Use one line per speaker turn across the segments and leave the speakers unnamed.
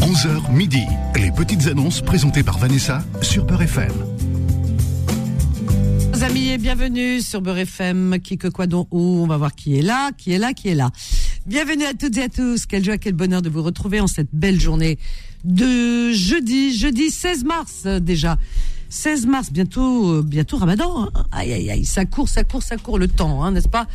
11h midi. Les petites annonces présentées par Vanessa sur Peur FM.
Chers amis et bienvenue sur Beurre FM, qui que quoi donc où, on va voir qui est là, qui est là, qui est là. Bienvenue à toutes et à tous, quelle joie, quel bonheur de vous retrouver en cette belle journée de jeudi, jeudi 16 mars euh, déjà. 16 mars, bientôt, euh, bientôt Ramadan. hein. Aïe, aïe, aïe, ça court, ça court, ça court le temps, hein, n'est-ce pas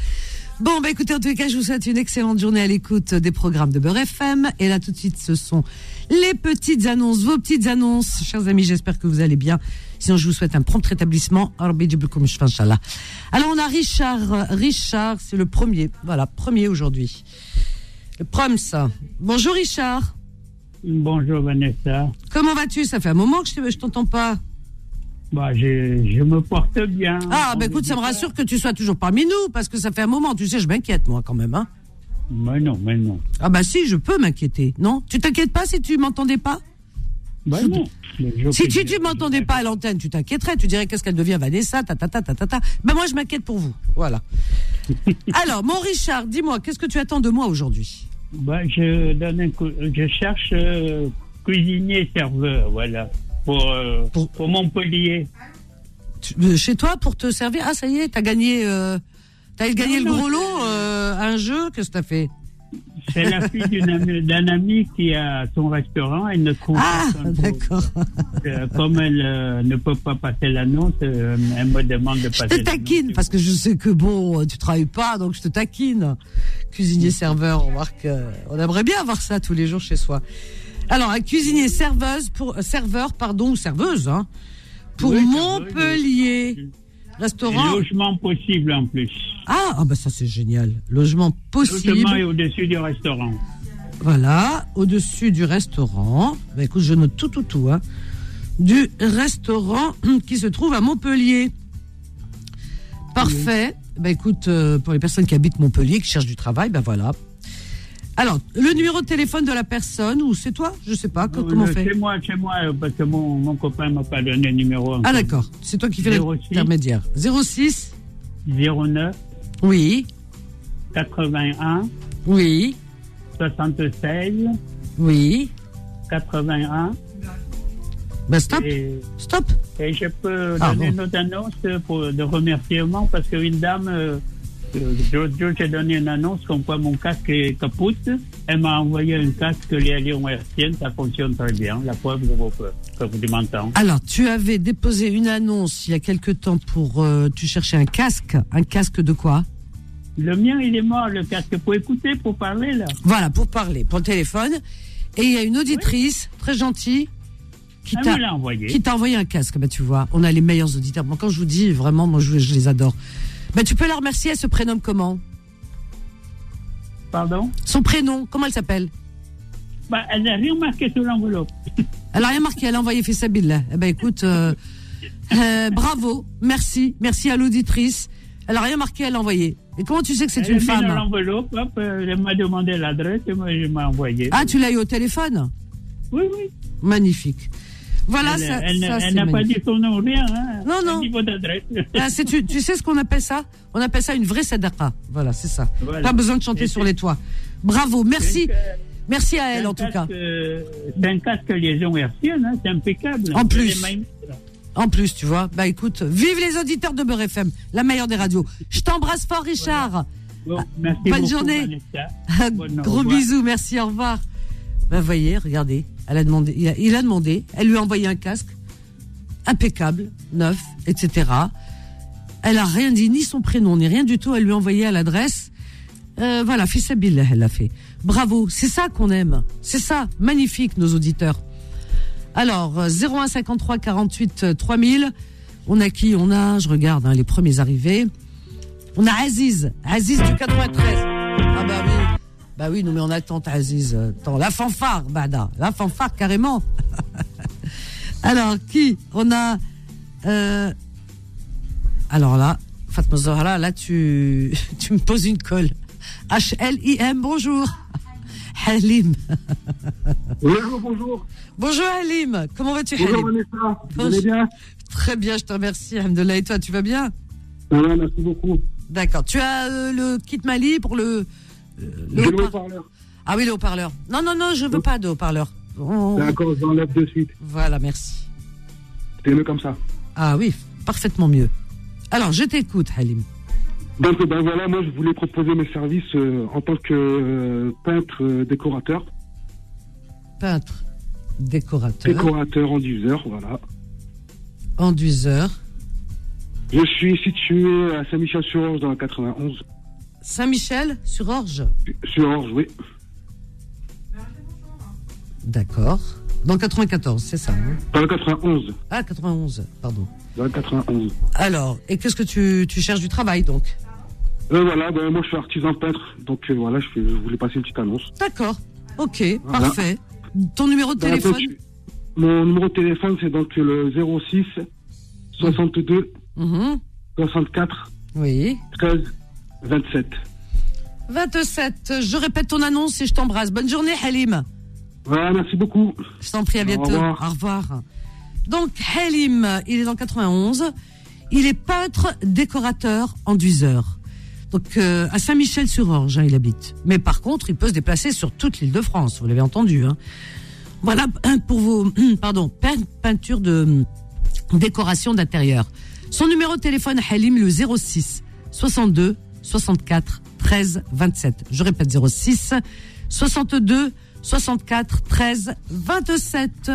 Bon, bah écoutez, en tous les cas, je vous souhaite une excellente journée à l'écoute des programmes de Beurre FM. Et là, tout de suite, ce sont les petites annonces, vos petites annonces. Chers amis, j'espère que vous allez bien. Sinon, je vous souhaite un prompt rétablissement. Rabbi Djibrikoum, Shfa, Inch'Allah. Alors, on a Richard. Richard, c'est le premier. Voilà, premier aujourd'hui. Le proms. Bonjour, Richard.
Bonjour Vanessa.
Comment vas-tu Ça fait un moment que je je t'entends pas.
Bah, je, je me porte bien.
Ah, bah écoute, ça me rassure que tu sois toujours parmi nous, parce que ça fait un moment. Tu sais, je m'inquiète, moi, quand même. Hein.
Mais non, mais non.
Ah, bah si, je peux m'inquiéter. Non Tu t'inquiètes pas si tu m'entendais pas
Bah non.
Si tu ne m'entendais pas à l'antenne, tu t'inquiéterais. Tu dirais qu'est-ce qu'elle devient Vanessa, ta ta ta ta ta ta. Ben moi, je m'inquiète pour vous. Voilà. Alors, mon Richard, dis-moi, qu'est-ce que tu attends de moi aujourd'hui
Bah, je, donne un coup- je cherche euh, cuisinier serveur, voilà. Pour, euh,
Pour-
pour Montpellier.
Tu- euh, Chez toi pour te servir Ah, ça y est, t'as gagné. Euh, t'as gagné
Non,
le
non,
gros lot, euh, un jeu. Qu'est-ce que t'as fait
C'est la fille d'une amie- d'un ami qui a son restaurant. Elle ne trouve
Ah,
personne pour-
d'accord.
euh, Comme elle euh, ne peut pas passer l'annonce, euh, elle me demande de
Je
passer
te
l'annonce.
taquine parce que je sais que bon, euh, tu travailles pas, donc je te taquine. Cuisinier serveur, on remarque, euh, on aimerait bien avoir ça tous les jours chez soi. Alors un cuisinier serveuse pour euh, serveur pardon ou serveuse hein, pour
Oui, serveuse,
Montpellier
oui.
restaurant.
Logement possible en plus.
Ah, ah bah ça c'est génial. Logement possible.
Logement est au-dessus du restaurant.
Voilà, au-dessus du restaurant. Bah, écoute, je note tout, tout, tout. hein. Du restaurant qui se trouve à Montpellier. Parfait. Bah, écoute, euh, pour les personnes qui habitent Montpellier, qui cherchent du travail, ben voilà. Alors, le numéro de téléphone de la personne, ou c'est toi Je sais pas, co-
Euh,
comment on
le-
fait
Chez moi, chez moi, euh, parce que mon, mon copain m'a pas donné le numéro.
Ah d'accord, c'est toi qui
06.
fais l'intermédiaire. 06
09
Oui,
81
oui,
76
oui.
81.
Bah stop,
Et,
stop.
et je peux
Ah,
donner
bon.
une autre annonce pour, de remerciement parce qu'une dame, euh, euh, l'autre jour, j'ai donné une annonce comme quoi mon casque est capote. Elle m'a envoyé un casque les Lyon Hertienne, ça fonctionne très bien. La preuve, je vous, que vous m'entendez.
Alors, tu avais déposé une annonce il y a quelque temps pour... euh, tu cherchais un casque. Un casque de quoi
Le mien, il est mort, le casque. Pour écouter, pour parler, là.
Voilà, pour parler, pour le téléphone. Et il y a une auditrice très gentille qui
Ah, Elle
t'a...
me l'a envoyé.
Qui t'a envoyé un casque, bah tu vois, on a les meilleurs auditeurs. Moi, quand je vous dis, vraiment, moi je, je les adore. Bah tu peux la remercier, elle se prénomme comment
Pardon?
Son prénom, comment elle s'appelle
Bah, elle n'a rien marqué sur l'enveloppe.
Elle a rien marqué, elle a envoyé Fessabil. là. Eh ben écoute, euh, euh, bravo, merci, merci à l'auditrice. Elle a rien marqué, elle a envoyé. Et comment tu sais que c'est
Elle a
une
mis
femme
dans l'enveloppe, hop, euh, elle m'a demandé l'adresse et moi, je m'ai envoyé.
Ah, tu l'as eu au téléphone
Oui, oui.
Magnifique. Voilà,
elle
ça,
elle n'a-
ça,
elle
c'est
n'a pas
magnifique.
dit son nom, rien. Hein.
Non,
Elle
non.
dit votre adresse.
Ah, c'est- tu, tu sais ce qu'on appelle ça On appelle ça une vraie sadaqa. Voilà, c'est ça.
Voilà.
Pas besoin de chanter
Et
sur
c'est-
les toits. Bravo, merci. Merci à elle, en tout
C'est
cas.
un casque, euh, C'est un casque liaison hertzienne, hein, c'est impeccable.
En
Je
plus.
l'ai même-
En plus, tu vois. Bah écoute, vive les auditeurs de Beurre FM, la meilleure des radios. Je t'embrasse fort, Richard.
Bon, merci
Bonne
beaucoup,
journée.
Vanessa.
Un
Bon, au
gros
revoir.
bisous, merci, au revoir. Ben voyez, regardez, elle a demandé, il a, il a demandé, elle lui a envoyé un casque impeccable, neuf, etc. Elle a rien dit, ni son prénom, ni rien du tout. Elle lui a envoyé à l'adresse. Euh, voilà, Fissabil, elle l'a fait. Bravo, c'est ça qu'on aime. C'est ça, magnifique, nos auditeurs. Alors, euh, 01 53 48 euh, 3000. On a qui On a, je regarde, hein, les premiers arrivés. On a Aziz, Aziz du 93. Ah bah oui, bah oui, nous mais en attente Aziz. Euh, Attends, la fanfare, Bada, la fanfare carrément. Alors qui On a. euh, alors là, Fatma Zahra, là tu, tu me poses une colle. H-L-I-M, bonjour. Halim.
Bonjour, bonjour.
Bonjour Halim, comment vas-tu
Bonjour
Halim
Vanessa. Vous allez bien
Très bien, je te remercie, Alhamdoulilah. Et toi, tu vas bien
Voilà, merci beaucoup.
D'accord. Tu as euh, le kit Mali pour le. euh, le
Je vais
haut-parleur
parleur.
Ah oui, le haut-parleur. Non, non, non, je veux pas de haut-parleur. on-
D'accord, j'enlève de suite.
Voilà, merci.
C'est mieux comme ça.
Ah oui, parfaitement mieux. Alors, je t'écoute, Halim.
Donc ben voilà, moi je voulais proposer mes services euh, en tant que euh, peintre euh, décorateur,
Peintre, décorateur,
décorateur en useur, voilà.
enduseur,
Je suis situé à Saint-Michel-sur-Orge dans la 91.
Saint-Michel sur Orge.
Sur Orge, oui.
D'accord. Dans 94, c'est ça. hein
Dans la 91.
ah, 91, pardon.
Dans la 91.
Alors, et qu'est-ce que tu, tu cherches du travail donc
Euh, voilà, ben moi je suis artisan peintre, donc euh, voilà, je, fais- je voulais passer une petite annonce.
D'accord, ok,
Voilà.
parfait. Ton numéro de
Dans la
téléphone
tête, je- Mon numéro de téléphone, c'est donc le 06 62
Mhm,
64
Oui.
13 27.
27, je répète ton annonce et je t'embrasse. Bonne journée, Halim.
Voilà, merci beaucoup.
Je t'en prie, à
Au
bientôt.
revoir.
Au revoir. Donc, Halim, il est dans 91. Il est peintre, décorateur, enduiseur. Donc, euh, à Saint-Michel-sur-Orge, hein, il habite. Mais par contre, il peut se déplacer sur toute l'île de France, vous l'avez entendu. Hein. Voilà hein, pour vos pardon, peint- peintures de hum, décoration d'intérieur. Son numéro de téléphone, Halim, le 06 62 64 13 27. Je répète, 06 62 64 13 27.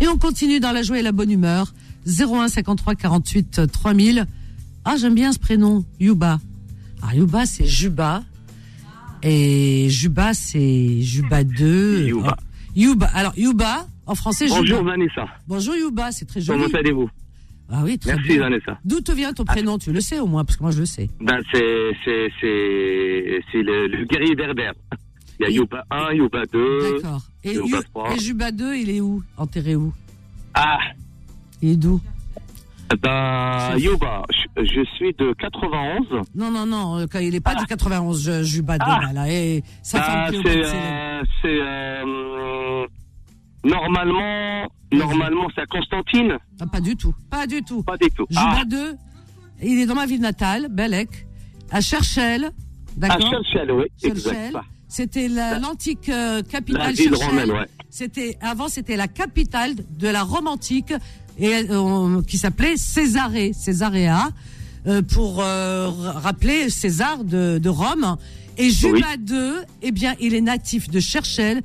Et on continue dans la joie et la bonne humeur. 01 53 48 3000. Ah, j'aime bien ce prénom, Yuba. Alors, Yuba, c'est Juba. Et Juba, c'est Juba 2.
Yuba.
Yuba. Alors, Yuba, en français,
Bonjour
Juba.
Vanessa,
Bonjour Yuba, c'est très joli.
comment allez-vous
Ah oui, très
Merci
bien.
Vanessa.
D'où te vient ton prénom Tu le sais au moins, parce que moi je le sais.
Ben, c'est c'est- c'est- c'est le, le guerrier berbère. Il y a
Oui.
Yuba 1, Yuba 2.
D'accord. Et,
Yuba
Yu-
trois.
et Juba 2, il est où Enterré où
Ah,
Il est d'où
ben, Yuba, je, je suis de 91.
Non, non, non, euh, quand il est pas du 91, je- Juba 2, là, là. Eh, Et ça
Ben,
fait un
Ah.
peu
c'est.
au bout de ses lèvres.
euh, c'est, euh, normalement, normalement c'est à Constantine
Ah, Pas du tout, pas du tout.
Pas du tout.
Juba
Ah,
2, il est dans ma ville natale, Belek, à Cherchel.
à
D'accord
Chelchel, oui,
Cherchel.
exact.
C'était la- l'antique euh,
La
capitale
ville
Cherchel.
romaine, ouais.
C'était avant, c'était la capitale de la Rome antique et euh, qui s'appelait Césarée, Césarea, euh, pour euh, r- rappeler César de, de Rome. Et Juba II, eh bien, il est natif de Cherchel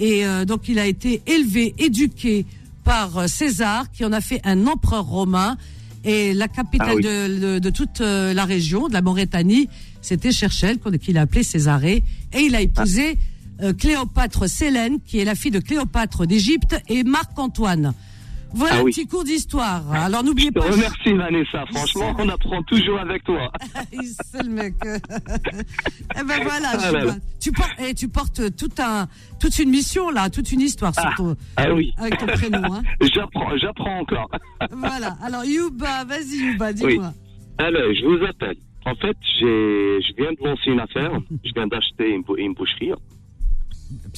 et euh, donc il a été élevé, éduqué par euh, César, qui en a fait un empereur romain. Et la capitale
Ah oui.
de, de- de toute euh, la région, de la Maurétanie, c'était Cherchel, qu'on- qu'il a appelé Césarée. Et il a épousé
Ah.
euh, Cléopâtre Sélène, qui est la fille de Cléopâtre d'Égypte, et Marc-Antoine. Voilà
Ah
un
oui.
petit cours d'histoire. Alors n'oubliez
Je te
pas.
remercie oh, Vanessa, franchement, on apprend toujours avec toi.
C'est Ah, le mec. eh ben voilà,
Ah
je-
là là.
tu portes, eh, tu portes tout un, toute une mission là, toute une histoire sur ton-
Ah oui,
avec ton prénom. Hein.
j'apprends, j'apprends encore.
voilà. Alors Yuba, vas-y Yuba, Ah, dis-moi.
Alors, je vous appelle. En fait, j'ai, je viens de lancer une affaire. Je viens d'acheter une, bou- une boucherie.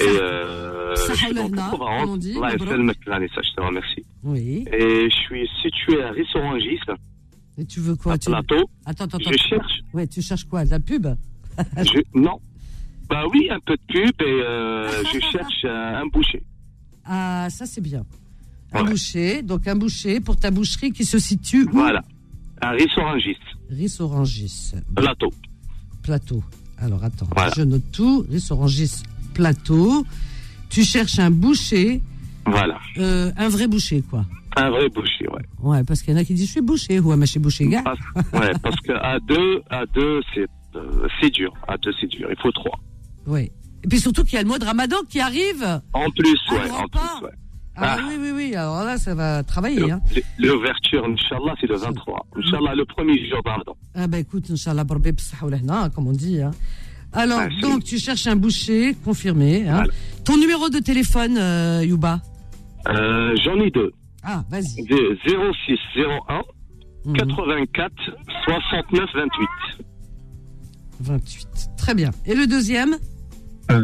Et euh,
Ça
je suis dans le
halena,
91.
on dit,
Allah
Mabruk.
yasselmek, Vanessa, je te remercie.
Oui.
hein, Et je suis situé à Rissorangis,
Et tu veux quoi
à
tu...
Plateau.
Attends, attends, attends.
Je cherche.
Ouais, tu cherches quoi de La pub
Je, non. Bah oui, un peu de pub et euh, je cherche euh, un boucher.
Ah, ça c'est bien. Un
Ouais.
boucher, donc un boucher pour ta boucherie qui se situe où
Voilà. À Rissorangis,
Ris Orangis,
Plateau.
plateau. Alors attends,
Voilà.
je note tout. Ris Orangis, plateau. Tu cherches un boucher,
Voilà.
euh, un vrai boucher quoi.
Un vrai boucher, ouais.
Ouais, parce qu'il y en a qui disent je suis boucher ou mais je suis boucher gars.
Parce, ouais, parce que à deux, à deux, c'est, euh, c'est dur. À deux, c'est dur. Il faut trois.
Ouais. Et puis surtout qu'il y a le mois de Ramadan qui arrive.
En plus,
Ah,
ouais,
grand
en
pas.
plus, ouais.
Ah,
Ah.
oui oui oui. Alors là ça va travailler. Hein.
Le- L'ouverture, Inch'Allah, c'est le 23. Inch'Allah, le premier jour d'Ardan.
Ah bah écoute, Inch'Allah, barbe b'saha ou lehna, comme on dit. hein. Alors,
Ah, c'est
donc, tu cherches un boucher, confirmé. hein.
Voilà.
Ton numéro de téléphone, euh, Youba
Euh, j'en ai deux.
Ah, vas-y.
De 06 01
Mhm.
84 69 28.
28. Très bien. Et le deuxième
Euh,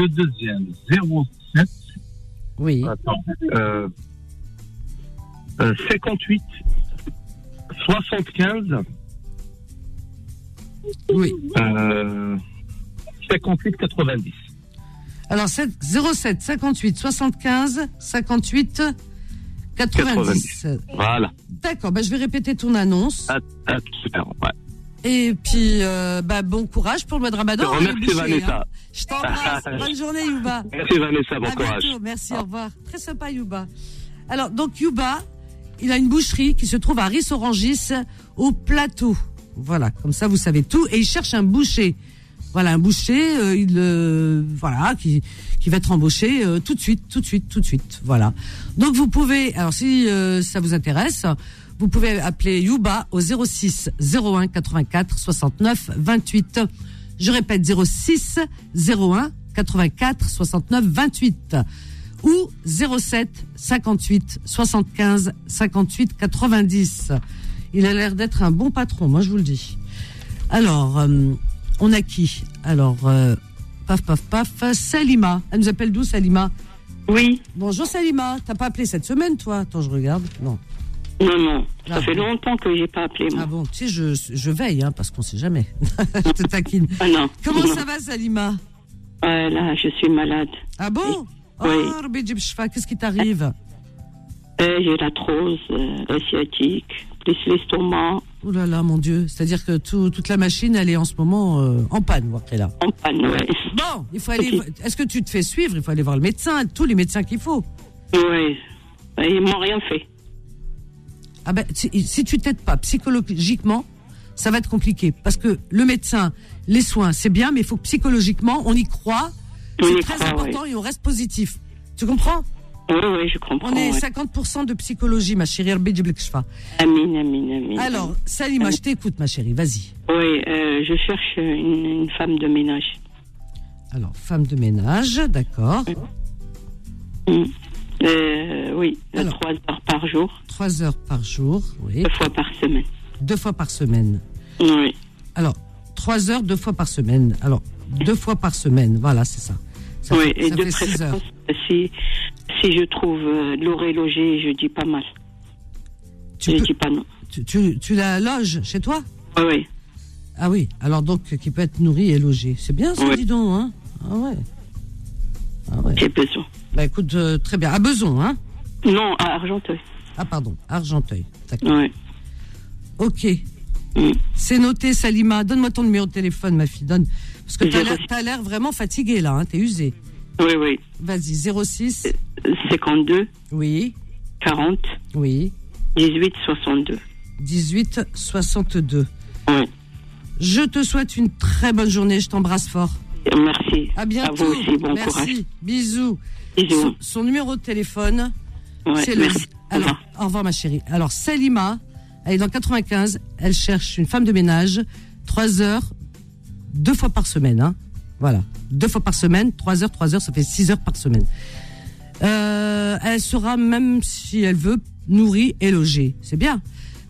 le deuxième, 07,
Oui.
attends, euh, euh, 58, 75,
Oui.
euh, 58, 90.
Alors, 7, 07 58 75 58 90.
90. Voilà.
D'accord, bah, je vais répéter ton annonce.
Ah, ah, super. Ouais.
Et puis, euh, bah, bon courage pour le mois de ramadan.
Je te
On est
remercie,
obligé,
Vanessa.
hein. Je t'embrasse. Bonne journée, Yuba.
Merci Vanessa, bon
À
courage.
bientôt, merci, au revoir. Très sympa, Yuba. Alors, donc, Yuba, il a une boucherie qui se trouve à Rissorangis, au plateau. Voilà, comme ça, vous savez tout. Et il cherche un boucher. Voilà, un boucher, euh, il, euh, voilà, qui, qui va être embauché euh, tout de suite, tout de suite, tout de suite. Voilà. Donc, vous pouvez, alors, si euh, ça vous intéresse, vous pouvez appeler Yuba au 06 01 84 69 28. Je répète 06 01 84 69 28 ou 07 58 75 58 90. Il a l'air d'être un bon patron, moi je vous le dis. Alors, euh, on a qui Alors, euh, paf, paf, paf, Salima. Elle nous appelle d'où Salima
Oui,
Bonjour Salima, t'as pas appelé cette semaine toi Attends, je regarde. Non.
non, non. Ça
Ah.
fait longtemps que j'ai pas appelé.
Ah
Moi.
bon, tu sais, je, je veille, hein, parce qu'on sait jamais. je te taquine.
Ah non.
Comment
non.
ça va Salima
Ouais, Là, je suis malade.
Ah bon
Oui.
Oh, Rabbi Djib Shfa, qu'est-ce qui t'arrive
Euh, j'ai l'arthrose, euh, la sciatique, plus l'estomac
Oh là là, mon Dieu. C'est-à-dire que tout- toute la machine, elle est en ce moment euh, en panne, Wakrela.
en panne, ouais.
Bon, il faut aller. vo- Est-ce que tu te fais suivre Il faut aller voir le médecin, tous les médecins qu'il faut.
Ouais. Ouais, Ils m'ont rien fait.
Ah ben, si, si tu t'aides pas psychologiquement, ça va être compliqué. Parce que le médecin, les soins, c'est bien, mais il faut que psychologiquement, on y croit.
On
C'est
y
très
croit,
important et on reste positif. Tu comprends
Oui, oui, je
On
comprends.
est
ouais.
50% de psychologie, ma chérie. Rabbi Djiblik Shfa.
Amine, amine, amine.
Alors, Salima, je t'écoute, ma chérie. Vas-y.
Oui, euh, je cherche une, une femme de ménage.
Alors, femme de ménage, d'accord.
Mm. Euh, oui, euh,
Alors.
trois heures par jour,
Trois heures par jour, oui.
deux fois par semaine.
Deux fois par semaine.
Oui.
Alors, trois heures, deux fois par semaine. Alors, deux fois par semaine, voilà, c'est ça. Ça
oui,
fait,
et
ça
de
fait six heures.
préférence, si, si je trouve euh, l'orée logée, je dis pas mal.
Tu,
je
peux-
dis pas non.
tu, tu- tu la loges chez toi
Oui, oui.
Ah oui, alors donc, euh, qui peut être nourri et logé. C'est bien ça,
Ouais.
dis donc, hein Ah ouais. Ah ouais.
J'ai besoin.
Bah écoute, euh, très bien. À Beson, hein
Non, à Argenteuil.
Ah pardon, Argenteuil. D'accord.
Ouais.
Ok.
Mm.
C'est noté, Salima. Donne-moi ton numéro de téléphone, ma fille. Donne. Parce que t'as
Zéro-
l'air- t'as l'air vraiment fatiguée, là. Hein, T'es usée.
Oui, oui. Euh,
Vas-y, 06.
52,
Oui,
40,
oui.
18, 62.
18 62.
Oui.
Je te souhaite une très bonne journée. Je t'embrasse fort.
Merci.
À bientôt.
vous aussi, bon
Merci.
courage.
Bisous. Son,
Bisous.
son numéro de téléphone,
Ouais,
c'est le.
merci. Au
Alors,
revoir.
au revoir, ma chérie. Alors, Salima, elle est dans le 95. Elle cherche une femme de ménage. 3 heures, deux fois par semaine. hein. Voilà. Deux fois par semaine. 3 heures, 3 heures, ça fait 6 heures par semaine. Euh, elle sera, même si elle veut, nourrie et logée. C'est bien.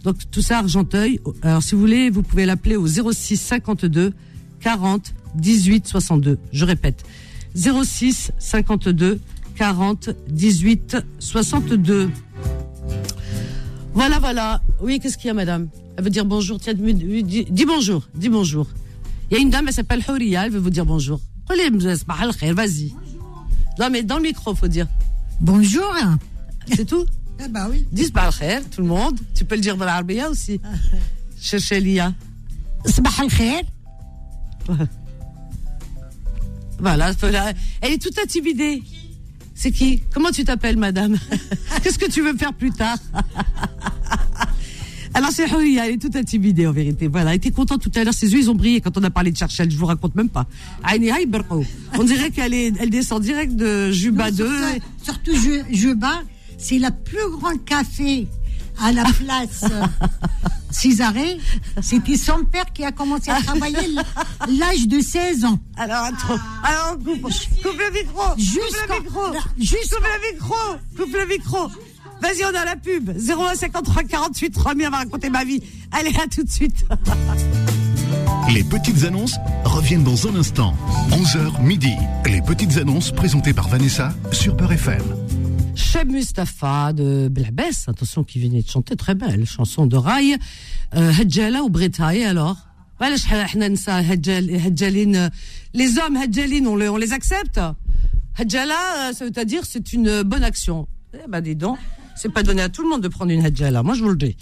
Donc tout ça, Argenteuil. Alors si vous voulez, vous pouvez l'appeler au 06 52 40 18 62. Je répète. 06 52 40 18 62. Voilà, voilà. Oui, qu'est-ce qu'il y a, madame Elle veut dire bonjour. Tiens, dis, dis- dis bonjour. Dis bonjour. Il y a une dame, elle s'appelle Houria, elle veut vous dire bonjour. Allez, صباح الخير, Vas-y. Non, mais dans le micro, faut dire.
Bonjour.
C'est tout
Ah bah oui.
Dis صباح الخير, tout le monde. Tu peux le dire dans l'arabia aussi. Cherchez l'IA.
صباح الخير.
Voilà, voilà. elle est toute intimidée. C'est qui Comment tu t'appelles, madame Qu'est-ce que tu veux faire plus tard Alors, c'est Houria, elle est toute intimidée, en vérité. Voilà, elle était contente tout à l'heure. Ses yeux, ils ont brillé quand on a parlé de Charchel. Je vous raconte même pas. Aïni Aï Berko. On dirait qu'elle est, elle descend direct de Juba
Non,
2.
surtout- Surtout, je, je bats. C'est la plus grande café à la place euh, Césarée. C'était son père qui a commencé à travailler l- l'âge de 16 ans. Ah.
Alors, attends. Alors, coupe, coupe le micro. coupe le micro.
Jusqu'en- là, jusqu'en-
Coupe le micro. Coupe le micro. Vas-y, on a la pub. 01 53 48 3000, elle va raconter ma vie. Allez, à tout de suite.
Les petites annonces reviennent dans un instant. 11h midi. Les petites annonces présentées par Vanessa sur Peur FM.
Cheb Mustafa de Blabès, attention, qui venait de chanter très belle chanson de rail. Euh, Hedjala ou Bretagne, alors علاش ح- حنا نساء هجال هجالين آه، euh, les hommes هجالين on, le- on les accepte هجالة euh, ça veut dire c'est une bonne action eh ben dis donc c'est pas donné à tout le monde de prendre une هجالة moi je vous le dis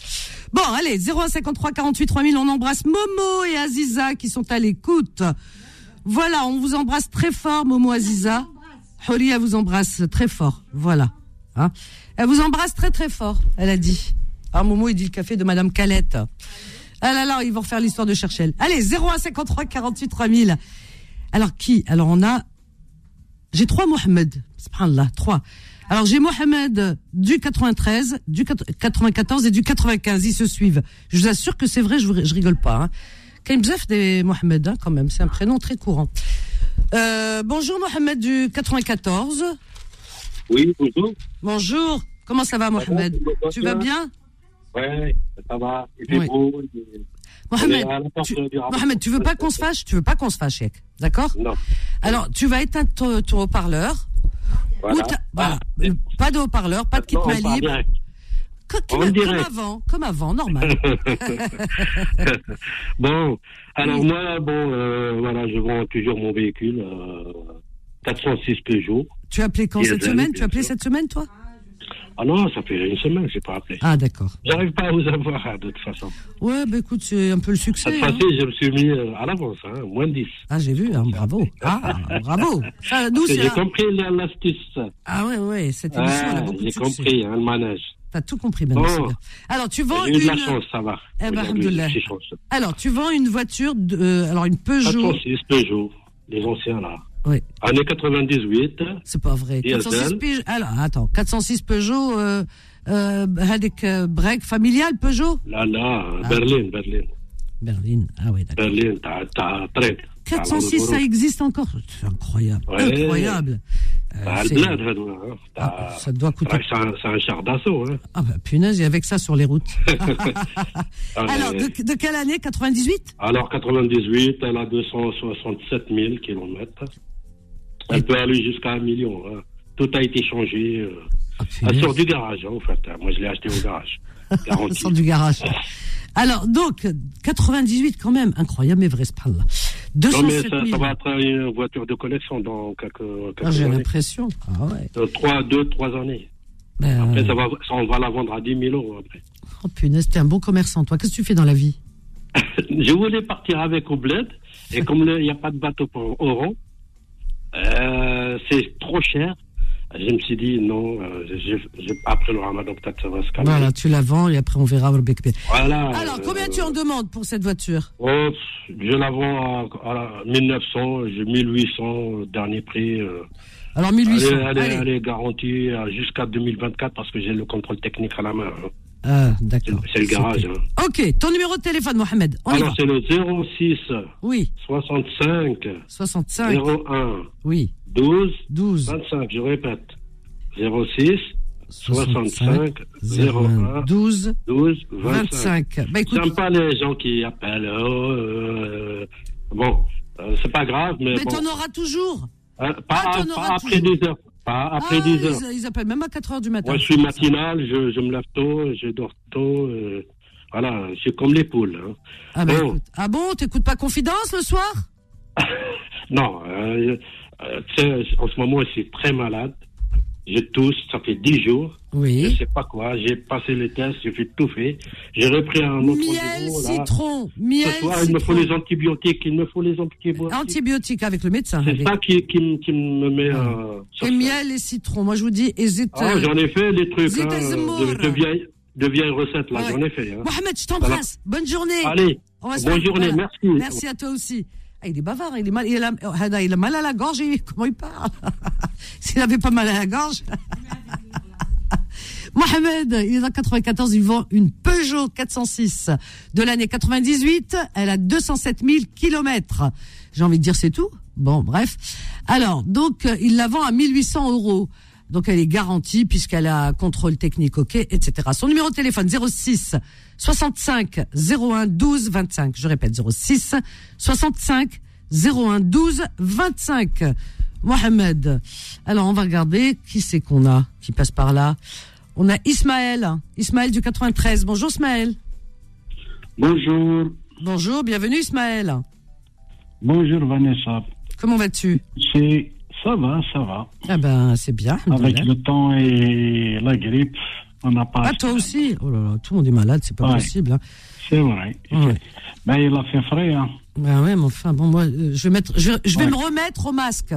bon allez 0153 48 3000 on embrasse Momo et Aziza qui sont à l'écoute voilà on vous embrasse très fort Momo Aziza Holly elle vous embrasse très fort voilà Hein. Elle vous embrasse très très fort, elle a dit. À Momo, il dit le café de Madame Calette. Ah là là, ils vont refaire l'histoire de Cherchel. Allez, 0153 48 3000. Alors qui Alors on a... J'ai trois Mohamed. Subhanallah, trois. Alors j'ai Mohamed du 93, du 94 et du 95. Ils se suivent. Je vous assure que c'est vrai, je, vous- je rigole pas. Hein. Quand même bzaf des Mohamed, hein, quand même. C'est un prénom très courant. Euh, bonjour Mohamed du 94.
Oui, bonjour.
Bonjour, comment ça va Mohamed
bonjour,
Tu vas bien
Ouais, ça va. Il fait
Oui.
beau. il est- on est à
Mohamed
la porte
tu,
du rapport.
Mohamed, tu veux pas qu'on se fâche Tu veux pas qu'on se fâche, Yek D'accord
Non.
Alors, tu vas éteindre ton, ton haut-parleur.
Voilà.
Ou ta- voilà. Pas de haut-parleur, pas de kit
Non, on parle
libre.
direct.
Co-
En
Comme, comme
direct.
avant, comme avant, normal.
bon, alors moi, bon, euh, voilà, je vends toujours mon véhicule, euh, 406 Peugeot.
tu as appelé quand
Il y a
cette
des
semaine
années,
Tu as appelé
bien sûr.
cette semaine, toi
Ah non, ça fait une semaine que j'ai pas appelé.
Ah, d'accord.
J'arrive pas à vous avoir, hein, de toute façon.
Ouais, bah écoute, c'est un peu le
Cette
succès. hein.
fois-ci, je me suis mis euh, à l'avance, hein, moins 10.
Ah, j'ai vu, hein, bravo. Ah, bravo. Ça, nous, c'est
J'ai
un-
compris la- l'astuce.
Ah, ouais, ouais, cette émission, elle a
Ah,
beaucoup de
j'ai
succès.
compris, hein, le manège.
T'as tout compris maintenant.
Bon.
c'est bien. Alors, tu vends
J'ai eu de la
une-
chance, ça va.
Eh ben,
Aujourd'hui,
Alhamdoulilah.
je suis chanceux.
Alors, tu vends une voiture, de, euh, alors une Peugeot.
406 Peugeot, les anciens là.
Oui.
Année 98.
C'est pas vrai.
Diesel.
406 Peugeot. Alors, attends, 406 Peugeot, euh, euh, avec euh, break familial Peugeot
Là, là, Berlin, Berlin.
Ah. Berlin. Ah oui, d'accord.
Berlin, t'as, t'as, t'as,
406, ça existe encore C'est incroyable.
Ouais.
Incroyable. Euh,
T'as le
c'est-
bled, Redouin, hein. T'as-
Ah, ça doit coûter.
c'est, un, c'est un char d'assaut, hein.
Ah bah, punaise, et avec ça sur les routes.
Ah,
Alors,
mais-
de, de quelle année 98
Alors, 98, elle a 267 000 kilomètres. Elle peut aller jusqu'à un million. hein. Tout a été changé. euh.
Ah,
Elle
punaise.
sort du garage, hein, en fait. hein. Moi, je l'ai acheté au garage.
Ça
Garantie.
sort du garage. Alors, donc, 98 quand même. Incroyable, mais vrai, là.
Non, mais
207
ça,
000.
ça va être une voiture de collection dans quelques, quelques
Ah, J'ai
années.
l'impression. Ah ouais.
Dans trois, deux, trois années.
Ben,
Après, ça va, ça, on va la vendre à 10 000 euros après.
Oh punaise, t'es un bon commerçant, toi. Qu'est-ce que tu fais dans la vie
Je voulais partir avec au bled, et comme le- il n'y a pas de bateau pour Oran, euh, c'est trop cher. Je me suis dit, non, euh, je- je- après le ramadan, peut-être ça va se calmer.
Voilà, tu la vends et après on verra. le bec-
Voilà,
Alors,
euh,
combien tu en demandes pour cette voiture
oh, pff, Je la vends à, à 1900, j'ai 1800, euh, dernier prix. euh.
Alors, 1800.
Elle, est- elle est-
Allez.
elle est garantie euh, jusqu'à 2024 parce que j'ai le contrôle technique à la main. hein.
Ah,
C'est
d'accord.
c'est le garage. hein.
Ok, ton numéro de téléphone, Mohamed. On y
Alors,
va.
c'est le 06
Oui,
65
65.
01
Oui,
12
12.
25, je répète. 06
65,
65 01
12,
12 25.
25. Bah écoute,
J'aime pas les gens qui appellent. oh, euh, bon, euh, c'est pas grave, mais,
mais
bon.
t'en auras toujours.
Hein, pas
Ah, t'en
pas
auras
après
toujours.
10 heures. Pas après
ah,
10 heures.
Ils, ils appellent même à 4 heures du matin.
Moi, je suis matinal, je, je me lève tôt, je dors tôt. euh, voilà, je suis comme les poules. hein.
Ah, bah,
Bon.
écoute. ah bon, t'écoutes pas Confidence le soir
Non, euh, euh, tu sais, en ce moment, je suis très malade. Je tousse, ça fait 10 jours. Je
Oui.
sais pas quoi, j'ai passé les tests, j'ai fait tout fait. J'ai repris un autre
Miel,
rendez-vous, là.
citron. Miel,
Ce soir, il me faut
citron.
les antibiotiques, il me faut les antibiotiques.
Antibiotiques avec le médecin.
C'est
allez.
ça qui, qui, me- qui me met euh, sur
Et
ça.
miel et citron. Moi, je vous dis, hésite.
Ah, j'en ai fait des trucs,
Zita
hein,
Zemmour.
de, de vieilles, de vieilles recettes, là,
Ouais.
j'en ai fait. hein.
Mohamed, je t'embrasse. Bonne journée.
Allez,
On va se
bonne
faire-
journée,
voilà.
merci.
Merci à toi aussi. Ah, il est bavard, il, est mal, il, a, oh, Hada, il a mal à la gorge, et comment il parle S'il avait pas mal à la gorge. Mohamed, il est dans 94, il vend une Peugeot 406 de l'année 98. Elle a 207 000 kilomètres. J'ai envie de dire c'est tout. Bon, bref. Alors, donc, euh, il la vend à 1800 euros. Donc, elle est garantie puisqu'elle a un contrôle technique, ok, etc. Son numéro de téléphone 06 65 01 12 25. Je répète 06 65 01 12 25. Mohamed. Alors, on va regarder qui c'est qu'on a qui passe par là. On a Ismaël, Ismaël du 93. Bonjour Ismaël.
Bonjour.
Bonjour, bienvenue Ismaël.
Bonjour Vanessa.
Comment vas-tu
C'est ça va, ça va.
Ah ben c'est bien.
Avec le temps et la grippe, on n'a pas.
Ah toi aussi Oh là là, tout le monde est malade, c'est pas
Ouais.
possible. hein.
C'est vrai.
Ouais.
Ben il a fait frais. Hein.
Ben ouais, mais enfin bon moi euh, je vais mettre, je, je vais
Ouais.
me remettre au masque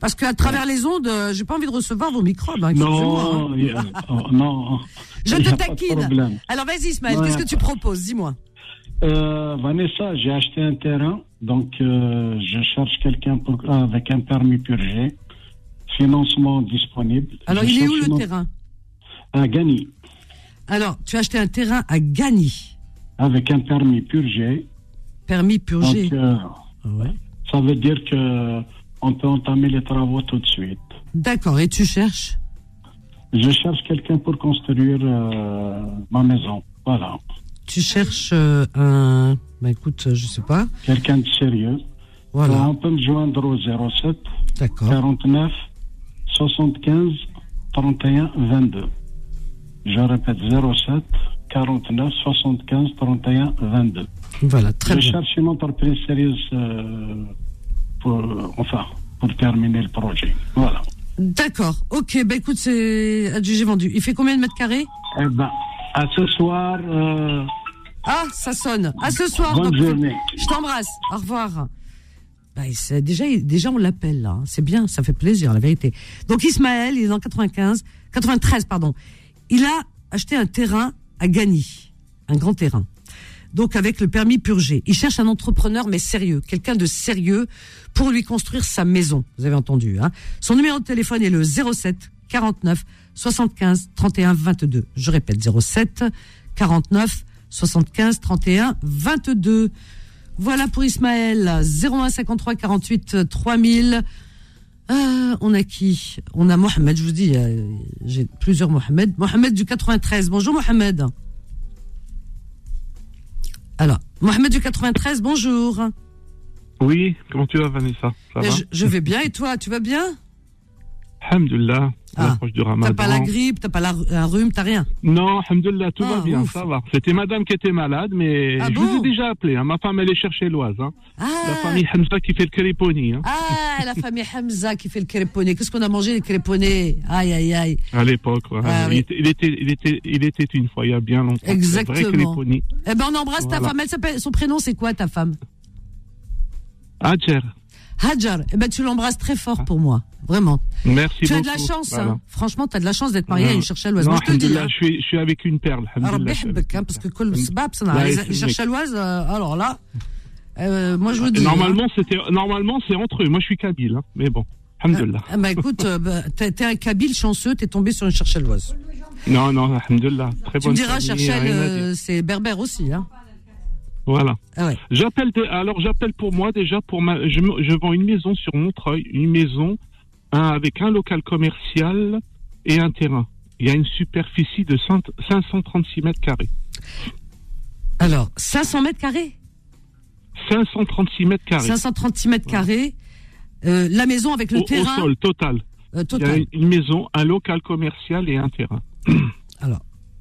parce qu'à travers les ondes, euh, j'ai pas envie de recevoir vos microbes. hein, excusez-moi,
Non,
hein.
il y a- oh, non.
Je
il y
te
a pas de problème.
taquine. Alors vas-y Ismaël,
Ouais.
qu'est-ce que tu proposes Dis-moi.
Euh, Vanessa, j'ai acheté un terrain, donc euh, je cherche quelqu'un pour- euh, avec un permis purgé, financement disponible.
Alors
Je
il est
cherche
où
une-
le terrain
À Gagny,
Alors tu as acheté un terrain à Gagny,
avec un permis purgé.
permis purgé.
Donc, euh, ça veut dire que on peut entamer les travaux tout de suite.
D'accord. Et tu cherches
Je cherche quelqu'un pour construire euh, ma maison. Voilà.
Tu cherches euh, un. Bah écoute, euh, je sais pas.
Quelqu'un de sérieux.
Voilà.
On peut me joindre au 07
D'accord.
49 75 31 22. Je répète 07 49 75 31 22.
Voilà, Ah, très
Je
bien.
cherche une entreprise sérieuse euh, pour, enfin, pour terminer le projet. Voilà.
D'accord. Ok, bah écoute, c'est adjugé vendu. Il fait combien de mètres carrés
Eh ben, à ce soir. euh,
Ah, ça sonne. À ce soir.
Bonne
docteur.
journée.
Je t'embrasse. Au revoir. Bah, il sait- déjà, il- déjà, on l'appelle là. hein. C'est bien, ça fait plaisir, la vérité. Donc Ismaël, il est en 95, 93, pardon. Il a acheté un terrain à Gagny, un grand terrain. Donc avec le permis purgé. Il cherche un entrepreneur, mais sérieux, quelqu'un de sérieux pour lui construire sa maison. Vous avez entendu. Hein Son numéro de téléphone est le 07 49 75 31 22. Je répète, 07 49 75 31 22. Voilà pour Ismaël. 01 53 48 3000. Euh, on a qui On a Mohamed, je vous dis, euh, j'ai plusieurs Mohamed. Mohamed du 93. Bonjour Mohamed. Alors, Mohamed du 93, bonjour.
Oui, comment tu vas, Vanessa Ça
Euh,
va
je, je vais bien et toi, tu vas bien
Alhamdulillah, à
Ah,
l'approche du ramadan.
T'as pas la grippe, t'as pas la, un rhume, t'as rien
Non, alhamdulillah, tout va
Ah,
bien,
ouf.
ça va. C'était madame qui était malade, mais
Ah
je
bon
vous ai déjà appelé. hein. Ma femme, elle est chercher l'Oise. hein. La famille Hamza qui fait le Kriponi. hein,
Ah, la famille Hamza qui fait le créponné. Qu'est-ce qu'on a mangé les créponés Aïe, aïe, aïe.
À l'époque, ouais.
Ah,
il,
oui.
était, il, était, il, était, il était une fois, il y a bien longtemps. Le vrai
Exactement.
Kriponi.
Eh ben, on embrasse ta
Voilà.
femme. Elle s'appelle, son prénom, c'est quoi ta femme
Adjer,
Hajar. Eh ben, tu l'embrasses très fort pour moi. Vraiment.
Ah. merci
tu as
beaucoup.
de la chance,
Voilà.
hein. Franchement, tu as de la chance d'être marié à
Ouais.
une cherchaloise.
Non,
Moi, je te le dis.
alhamdoulilah,
hein. Ah,
je suis, je suis avec une perle.
Alors,
alhamdoulilah.
bihbek, hein, parce que kol sbab, ça
Là,
n'a- les,
c'est
les
mec.
cherchaloises, euh, alors là, euh, moi, je vous dis.
Ah, Normalement, c'était, normalement, c'est entre eux. Moi, je suis kabyle, hein, mais bon. Alhamdulillah.
hein. Eh ben, écoute, euh, bah, t'es t'es un kabyle chanceux, t'es tombé sur une cherchaloise.
Non, non, alhamdulillah. Très
Tu me
bonne
diras,
famille, hein,
cherchal,
rien à
euh,
dire.
c'est berbère aussi, hein.
Voilà.
Ah ouais.
J'appelle de- alors j'appelle pour moi déjà pour ma je, me- je vends une maison sur Montreuil, une maison hein, avec un local commercial et un terrain. Il y a une superficie de 5 536 mètres carrés.
Alors, 500 mètres carrés
536 mètres carrés.
536 mètres carrés. Euh, la maison avec le
au, au
terrain.
sol total.
Euh, total.
Il y a une maison, un local commercial et un terrain.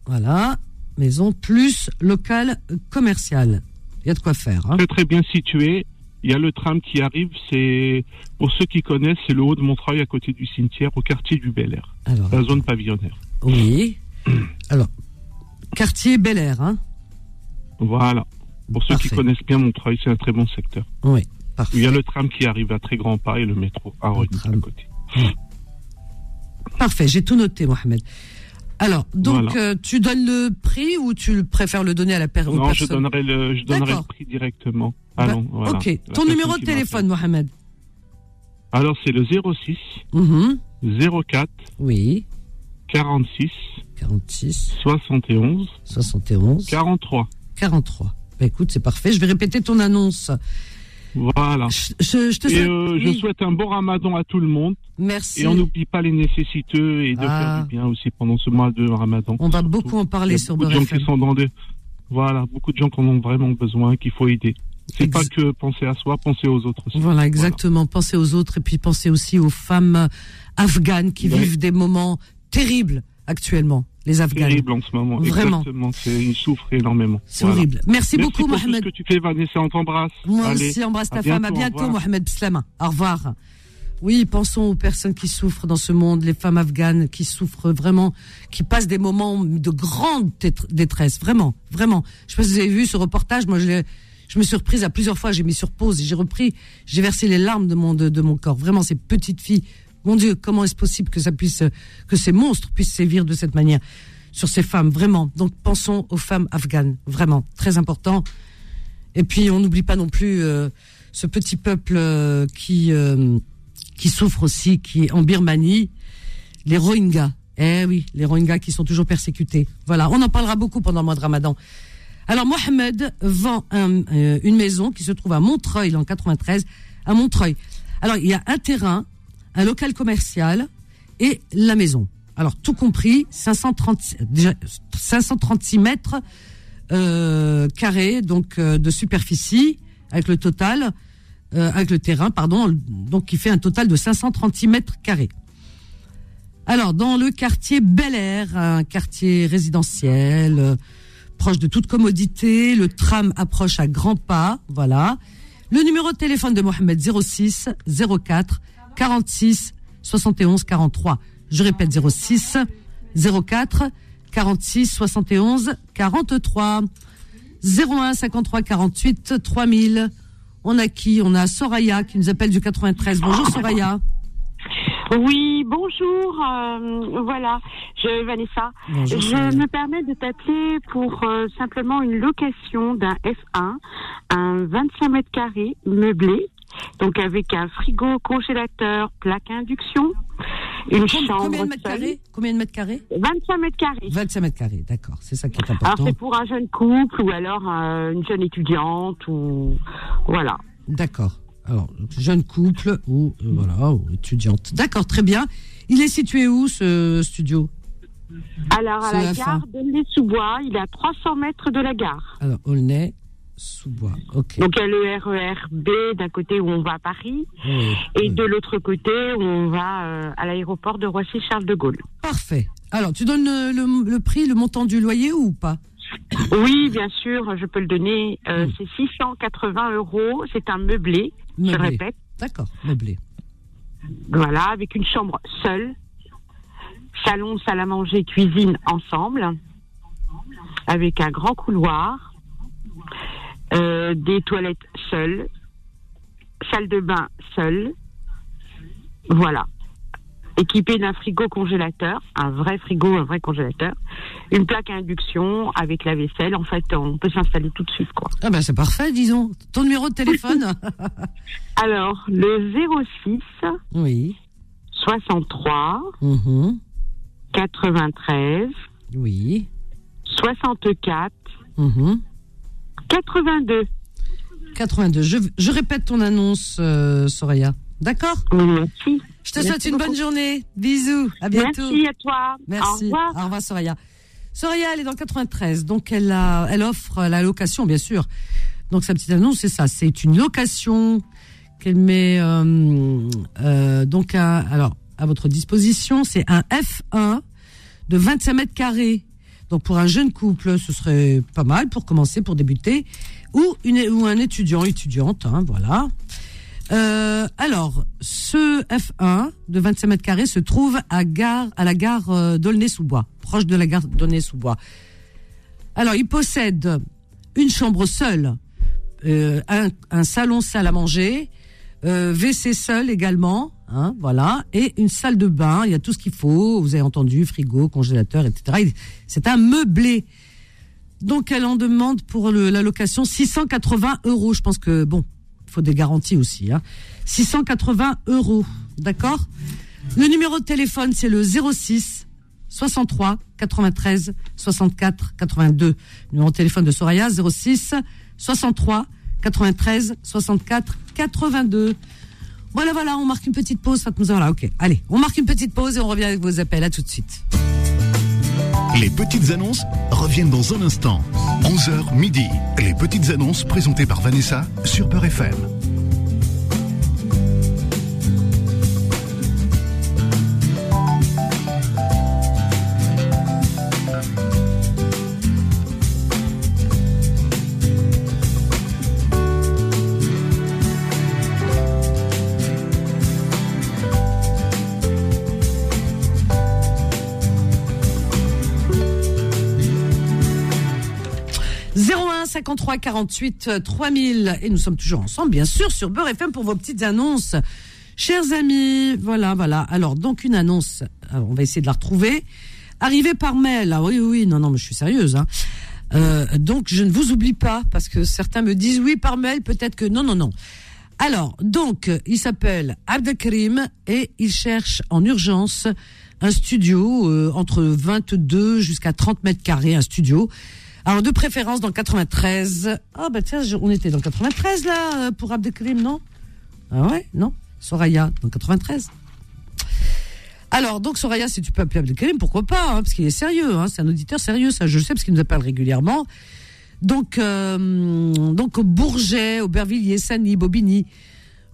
Voilà, maison plus local euh, commercial. Il y a de quoi faire. hein.
Très très bien situé. Il y a le tram qui arrive. C'est pour ceux qui connaissent, c'est le haut de Montreuil à côté du cimetière, au quartier du Bel Air,
Alors,
la zone pavillonnaire.
Oui. Alors, quartier Bel Air, hein
Voilà. Pour ceux qui connaissent bien Montreuil, c'est un très bon secteur.
Oui.
Il y a le tram qui arrive à très grands pas et le métro à Rogny, à côté.
Parfait, j'ai tout noté, Mohamed. Alors, donc,
Voilà.
euh, tu donnes le prix ou tu le préfères le donner à la per- aux
Non, je
personnes
donnerai le, je donnerai le
D'accord. Bah,
prix directement. Allons, voilà.
Ok,
La
ton
personne
numéro
qui
de
m'a-
téléphone, Mohamed
Alors, c'est le 06
Mhm.
04
Oui.
46
46
71
71
43.
43. Bah, écoute, c'est parfait, je vais répéter ton annonce.
Voilà.
je- je te
et
souhaite-
euh, je
oui.
souhaite un bon ramadan à tout le monde.
Merci.
Et on n'oublie pas les nécessiteux et de
Ah.
faire du bien aussi pendant ce mois de ramadan.
On va beaucoup en parler
Il y a
sur
beaucoup de
Beurre
gens qui
FM.
sont dans des... Voilà, beaucoup de gens qui en ont vraiment besoin, qu'il faut aider. C'est pas que penser à soi, penser aux autres aussi.
Voilà, exactement. Pensez aux autres et puis pensez aussi aux femmes afghanes qui
Ouais.
vivent des moments terribles actuellement. les Afghans.
Terrible en ce moment.
Vraiment.
Exactement. c'est- Ils souffrent énormément.
C'est horrible. Merci beaucoup,
pour tout
Mohamed.
ce que tu fais, Vanessa. On t'embrasse.
Moi
Allez,
aussi, embrasse ta femme. À
au
bientôt,
revoir.
Mohamed Bislama. Au revoir. Oui, pensons aux personnes qui souffrent dans ce monde, les femmes afghanes qui souffrent vraiment, qui passent des moments de grande tétr- détresse, vraiment, vraiment. Je sais pas si vous avez vu ce reportage, moi je, l'ai- je me suis reprise à plusieurs fois, j'ai mis sur pause, et j'ai repris, j'ai versé les larmes de mon, de, de mon corps. Vraiment, ces petites filles, mon Dieu, comment est-ce possible que ça puisse, euh, que ces monstres puissent sévir de cette manière sur ces femmes, vraiment. Donc pensons aux femmes afghanes, vraiment, très important. Et puis on n'oublie pas non plus euh, ce petit peuple euh, qui euh, qui souffre aussi, qui est en Birmanie, les Rohingyas. Eh oui, les Rohingyas qui sont toujours persécutés. Voilà, on en parlera beaucoup pendant le mois de Ramadan. Alors Mohamed vend un, euh, une maison qui se trouve à Montreuil, en 93, à Montreuil. Alors il y a un terrain, un local commercial et la maison. Alors tout compris, 536, déjà, 536 mètres euh, carrés donc euh, de superficie avec le total, euh, avec le terrain, pardon, donc qui fait un total de 536 mètres carrés. Alors, dans le quartier Bel Air, un quartier résidentiel, euh, proche de toute commodité, le tram approche à grands pas, voilà. Le numéro de téléphone de Mohamed 06 04 46 71 43. Je répète 06 04 46 71 43. 01 53 48 3000. On a qui On a Soraya qui nous appelle du 93. Bonjour Soraya.
Oui, bonjour. euh, voilà, je Vanessa.
Bonjour, Sonia.
je me permets de t'appeler pour euh, simplement une location d'un F1, un 25 mètres carrés meublé, donc avec un frigo, congélateur, plaque à induction, une
Com-
chambre.
combien de mètres
seule.
carrés Combien de mètres carrés
25 mètres carrés.
25 mètres carrés, d'accord. C'est ça qui est
Alors
important.
c'est pour un jeune couple ou alors euh, une jeune étudiante ou voilà.
D'accord. Alors, jeune couple ou, euh, voilà, ou étudiante. D'accord, très bien. Il est situé où ce studio
Alors à
C'est hein.
la
la fin.
gare de sous bois il est à 300 mètres de la gare.
Alors, Aulnay, sous-bois. OK.
Donc il y a le RER B d'un côté où on va à Paris
Oui.
et de l'autre côté où on va euh, à l'aéroport de Roissy Charles de Gaulle.
Parfait. Alors, tu donnes le, le- le prix, le montant du loyer ou pas
Oui, bien sûr, je peux le donner. Euh,
Hmm.
C'est 680 euros. C'est un meublé, je
Meublé.
répète.
D'accord, meublé.
Voilà, avec une chambre seule, salon, salle à manger, cuisine ensemble, avec un grand couloir, euh, des toilettes seules, salle de bain seule, voilà. Équipé d'un frigo congélateur, un vrai frigo, un vrai congélateur, une plaque à induction avec la vaisselle. En fait, on peut s'installer tout de suite, quoi.
Ah ben, c'est parfait, disons. Ton numéro de téléphone
Alors, le 06
Oui.
63
Mhm.
93
Oui.
64
Mhm.
82.
82. Je, je répète ton annonce, euh, Soraya. D'accord
Merci.
Je te
Merci
souhaite une
beaucoup.
bonne journée. Bisous. À bientôt.
Merci à toi.
Merci.
Au revoir.
Soraya. Soraya, elle est dans le 93. Donc, elle, a, elle offre la location, bien sûr. Donc, sa petite annonce, c'est ça. C'est une location qu'elle met euh, euh, donc à, alors, à votre disposition. C'est un F1 de 25 mètres carrés. Donc, pour un jeune couple, ce serait pas mal pour commencer, pour débuter. Ou, une, ou un étudiant, étudiante, hein, voilà. Euh, alors, ce F1 de 25 mètres carrés se trouve à, gare, à la gare euh, d'Aulnay-sous-Bois, proche de la gare d'Aulnay-sous-Bois. Alors, il possède une chambre seule, euh, un, un salon salle à manger, euh, WC seul également, hein, voilà, et une salle de bain. Il y a tout ce qu'il faut. Vous avez entendu, frigo, congélateur, etc. Il- C'est un meublé. Donc, elle en demande pour le- la location 680 euros. Je pense que, bon, il faut des garanties aussi. Hein. 680 euros, d'accord Le numéro de téléphone, c'est le 06 63 93 64 82. Numéro de téléphone de Soraya, 06 63 93 64 82. Voilà, voilà, on marque une petite pause. Fatmouza, Voilà, ok. Allez, on marque une petite pause et on revient avec vos appels. À tout de suite.
Les petites annonces reviennent dans un instant. 11h midi. Les petites annonces présentées par Vanessa sur Peur FM.
53 48 3000. Et nous sommes toujours ensemble, bien sûr, sur Beurre FM pour vos petites annonces. Chers amis, voilà, voilà. Alors, donc, une annonce, Alors, on va essayer de la retrouver. Arrivée par mail, ah oui, oui, non, non, mais je suis sérieuse. hein. Euh, donc, je ne vous oublie pas, parce que certains me disent oui par mail, peut-être que non, non, non. Alors, donc, il s'appelle Abdelkrim et il cherche en urgence un studio euh, entre 22 jusqu'à 30 mètres carrés, un studio. Alors, de préférence dans le 93. Ah, bah tiens, je- on était dans le 93 là, euh, pour Abdelkrim, non Ah ouais Non Soraya, dans le 93 alors, donc Soraya, si tu peux appeler Abdelkrim, pourquoi pas hein, Parce qu'il est sérieux, hein, c'est un auditeur sérieux, ça je le sais, parce qu'il nous appelle régulièrement. Donc, euh, donc au Bourget, Aubervilliers, Sani, Bobigny.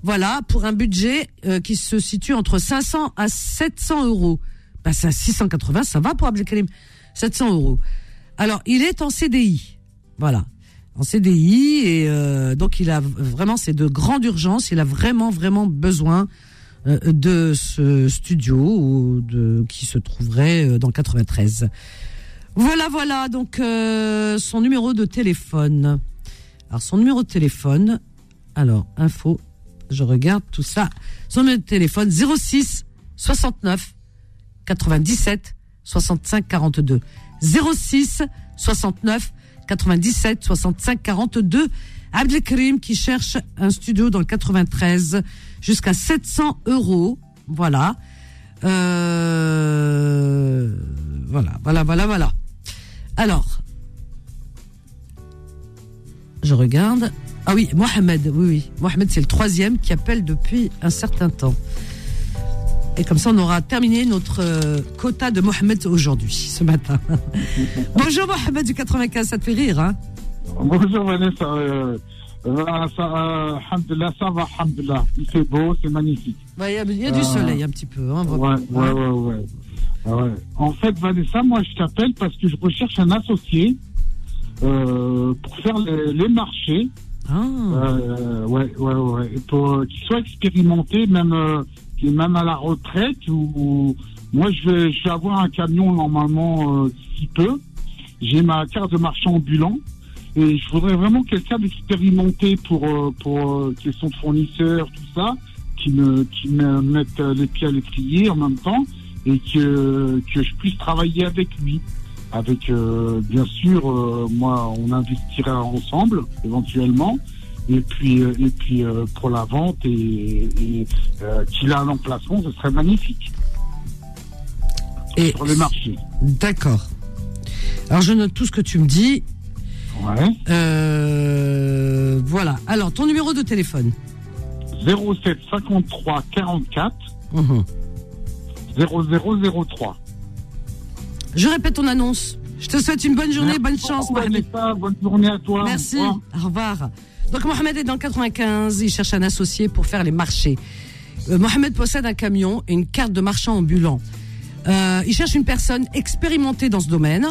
Voilà, pour un budget euh, qui se situe entre 500 à 700 euros. Bah, ça, 680, ça va pour Abdelkrim. 700 euros. Alors, il est en CDI. Voilà. En CDI, et euh, donc il a v- vraiment, c'est de grande urgence, il a vraiment, vraiment besoin euh, de ce studio ou de, qui se trouverait euh, dans le 93. Voilà, voilà, donc euh, son numéro de téléphone. Alors, son numéro de téléphone, alors, info, je regarde tout ça. Son numéro de téléphone, 06 69 97 65 42. 06 69 97 65 42. Abdelkrim qui cherche un studio dans le 93 jusqu'à 700 euros. Voilà. Euh, voilà, voilà, voilà, voilà. Alors, je regarde. Ah oui, Mohamed, oui, oui. Mohamed, c'est le troisième qui appelle depuis un certain temps. Et comme ça, on aura terminé notre euh, quota de Mohamed aujourd'hui, ce matin. Bonjour Mohamed du 95, ça te fait rire, hein
Bonjour Vanessa. Euh, euh, ça, euh, alhamdoulilah, ça va, alhamdoulilah. Il fait beau, c'est magnifique.
Bah, Il y a, il y a du
Euh,
soleil un petit peu. Hein, on va-
Ouais, ouais, ouais, ouais. Ah Ouais. En fait, Vanessa, moi, je t'appelle parce que je recherche un associé euh, pour faire les, les marchés.
Ah.
Euh, ouais, ouais, ouais. Et Pour euh, qu'il soit expérimenté, même, euh, qu'il est même à la retraite. Ou, ou- Moi, je vais, je vais avoir un camion normalement euh, d'ici peu. J'ai ma carte de marchand ambulant. Et je voudrais vraiment quelqu'un d'expérimenté pour, euh, pour euh, question de fournisseurs, tout ça, qui me, qui me mette euh, les pieds à l'étrier en même temps et que, que je puisse travailler avec lui. Avec, euh, bien sûr, euh, moi, on investira ensemble, éventuellement. Et puis, euh, et puis euh, pour la vente et, et, euh, qu'il a un emplacement, ce serait magnifique.
Et
Sur les marchés.
D'accord. Alors je note tout ce que tu me dis.
Ouais.
Euh, voilà. Alors ton numéro de téléphone.
07 53 44
Mhm.
0003.
Je répète ton annonce. Je te souhaite une bonne journée,
Merci
bonne chance,
beaucoup,
Mohamed.
Anita. Bonne journée à toi.
Merci.
Au revoir.
Au revoir. Donc Mohamed est dans le 95. Il cherche un associé pour faire les marchés. Euh, Mohamed possède un camion et une carte de marchand ambulant. Euh, il cherche une personne expérimentée dans ce domaine.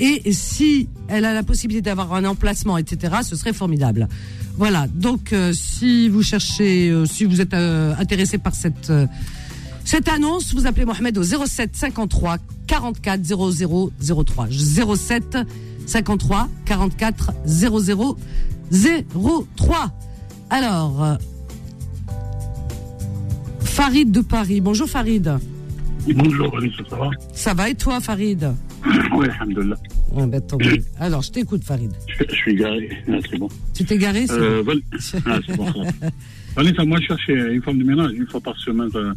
Et si elle a la possibilité d'avoir un emplacement, etc., ce serait formidable. Voilà. Donc, euh, si vous cherchez, euh, si vous êtes euh, intéressé par cette euh, cette annonce, vous appelez Mohamed au 07 53 44 00 03. 07 53 44 00 03. Alors, euh, Farid de Paris. Bonjour Farid.
Bonjour, Vanessa, ça va
Ça va et toi Farid
Oui, alhamdoulilah.
Ah, ben, tant mieux. Alors, je t'écoute Farid.
Je, je suis garé. Ah, c'est bon.
Tu t'es garé c'est
Euh,
bon
Val- ah, c'est bon, ça va. Vanessa, moi, je cherchais une femme de ménage une fois par semaine. euh,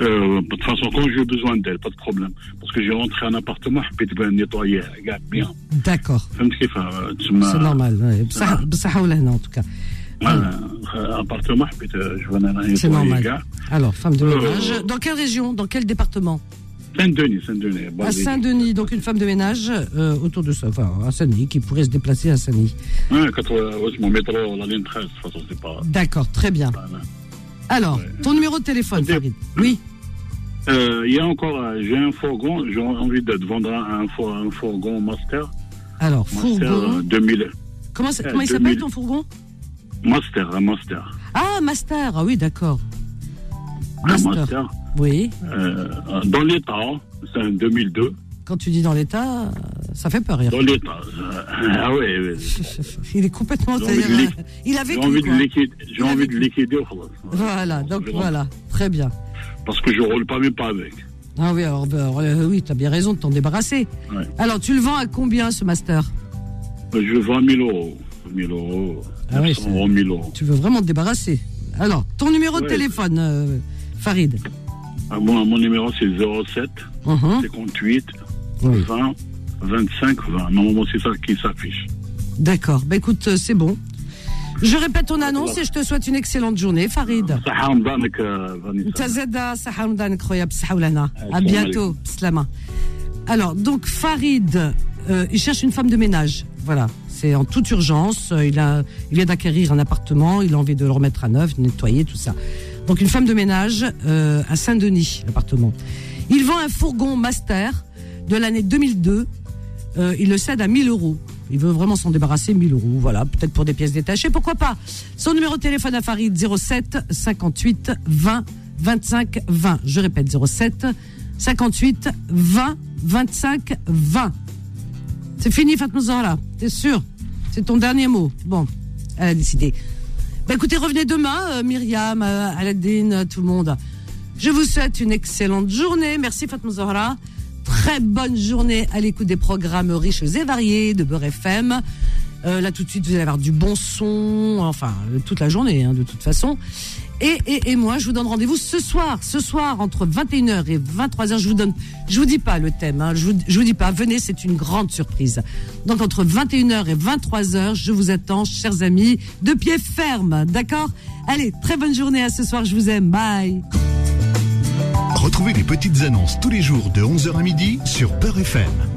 euh, de toute façon, quand j'ai besoin d'elle, pas de problème. Parce que j'ai rentré un appartement, puis tu vas nettoyer, regarde bien.
D'accord.
Femme qui fait, euh, tu m'as-
C'est normal. ouais. Bsa- bsahoulahna, en tout cas.
Euh, appartement, puis tu- je vais nettoyer.
C'est normal.
regarde.
Alors, femme de
Euh,
ménage. Dans quelle région Dans quel département
Saint-Denis, Saint-Denis.
À
Basilique.
Saint-Denis, donc une femme de ménage euh, autour de ça, enfin à Saint-Denis, qui pourrait se déplacer à Saint-Denis.
Ouais, 80, ouais, c'est mon métro, la ligne 13, de toute façon, c'est pas.
D'accord, très bien.
Ah,
Alors, ton numéro de téléphone, Farid Oui,
Euh, Il y a encore, euh, j'ai un fourgon, j'ai envie de te vendre un, un four- un fourgon Master.
alors,
Master euh,
fourgon.
2000.
hein. Comment, ça-
euh,
comment il
2000.
s'appelle ton fourgon
Master, un Master.
Ah, Master, ah oui, d'accord.
Un Master.
Oui,
euh, dans l'État, c'est un 2002.
Quand tu dis dans l'État, euh, ça fait peur. Eric.
Dans l'État. euh, ah ouais, ouais.
Il est complètement.
J'ai envie de
c'est-à-dire,
liqu-
euh, il a
J'ai
vécu.
envie de
quoi.
liquider. J'ai envie de liquider.
Voilà, donc voilà, très bien.
Parce que je roule pas même pas avec.
Ah oui, alors ben, alors, euh, oui, t'as bien raison de t'en débarrasser.
Ouais.
Alors, tu le vends à combien ce master
Euh, Je vends 1000 euros. 1000 euros.
Ah ouais,
900 euros, 1000 euros.
Tu veux vraiment te débarrasser Alors, ton numéro de
Ouais.
téléphone, euh, Farid.
Ah, mon, mon numéro, c'est 07
Mhm.
58 20 25 20. Normalement, c'est ça qui s'affiche.
D'accord. Bah écoute, euh, c'est bon. Je répète ton annonce et je te souhaite une excellente journée, Farid.
Ça haram danek, euh, Vanessa.
Tazada, Saha Hamdan, incroyable, Saha Oulana. À
Salam
bientôt,
alaikum.
Slama. Alors, donc Farid, euh, il cherche une femme de ménage. Voilà, c'est en toute urgence. Euh, Il, a, il vient d'acquérir un appartement, il a envie de le remettre à neuf, de nettoyer, tout ça. Donc, une femme de ménage euh, à Saint-Denis, l'appartement. Il vend un fourgon master de l'année 2002. Euh, il le cède à 1000 euros. Il veut vraiment s'en débarrasser, 1000 euros. Voilà, peut-être pour des pièces détachées, pourquoi pas. Son numéro de téléphone à Farid, 07 58 20 25 20. Je répète, 07 58 20 25 20. C'est fini, Fatma Zahra, t'es sûr C'est ton dernier mot. Bon, elle a décidé. Bah écoutez, revenez demain, euh, Myriam, euh, Aladdin, euh, tout le monde. Je vous souhaite une excellente journée. Merci Fatma Zahra. Très bonne journée à l'écoute des programmes riches et variés de Beurre FM. Euh, là, tout de suite, vous allez avoir du bon son, enfin, euh, toute la journée, hein, de toute façon. Et, et, et moi, je vous donne rendez-vous ce soir. Ce soir, entre 21h et 23h, je vous donne. Je vous dis pas le thème, hein, je, vous, je vous dis pas. Venez, c'est une grande surprise. Donc, entre 21h et 23h, je vous attends, chers amis, de pied ferme. D'accord Allez, très bonne journée à ce soir, je vous aime. Bye.
Retrouvez les petites annonces tous les jours de 11h à midi sur Peur FM.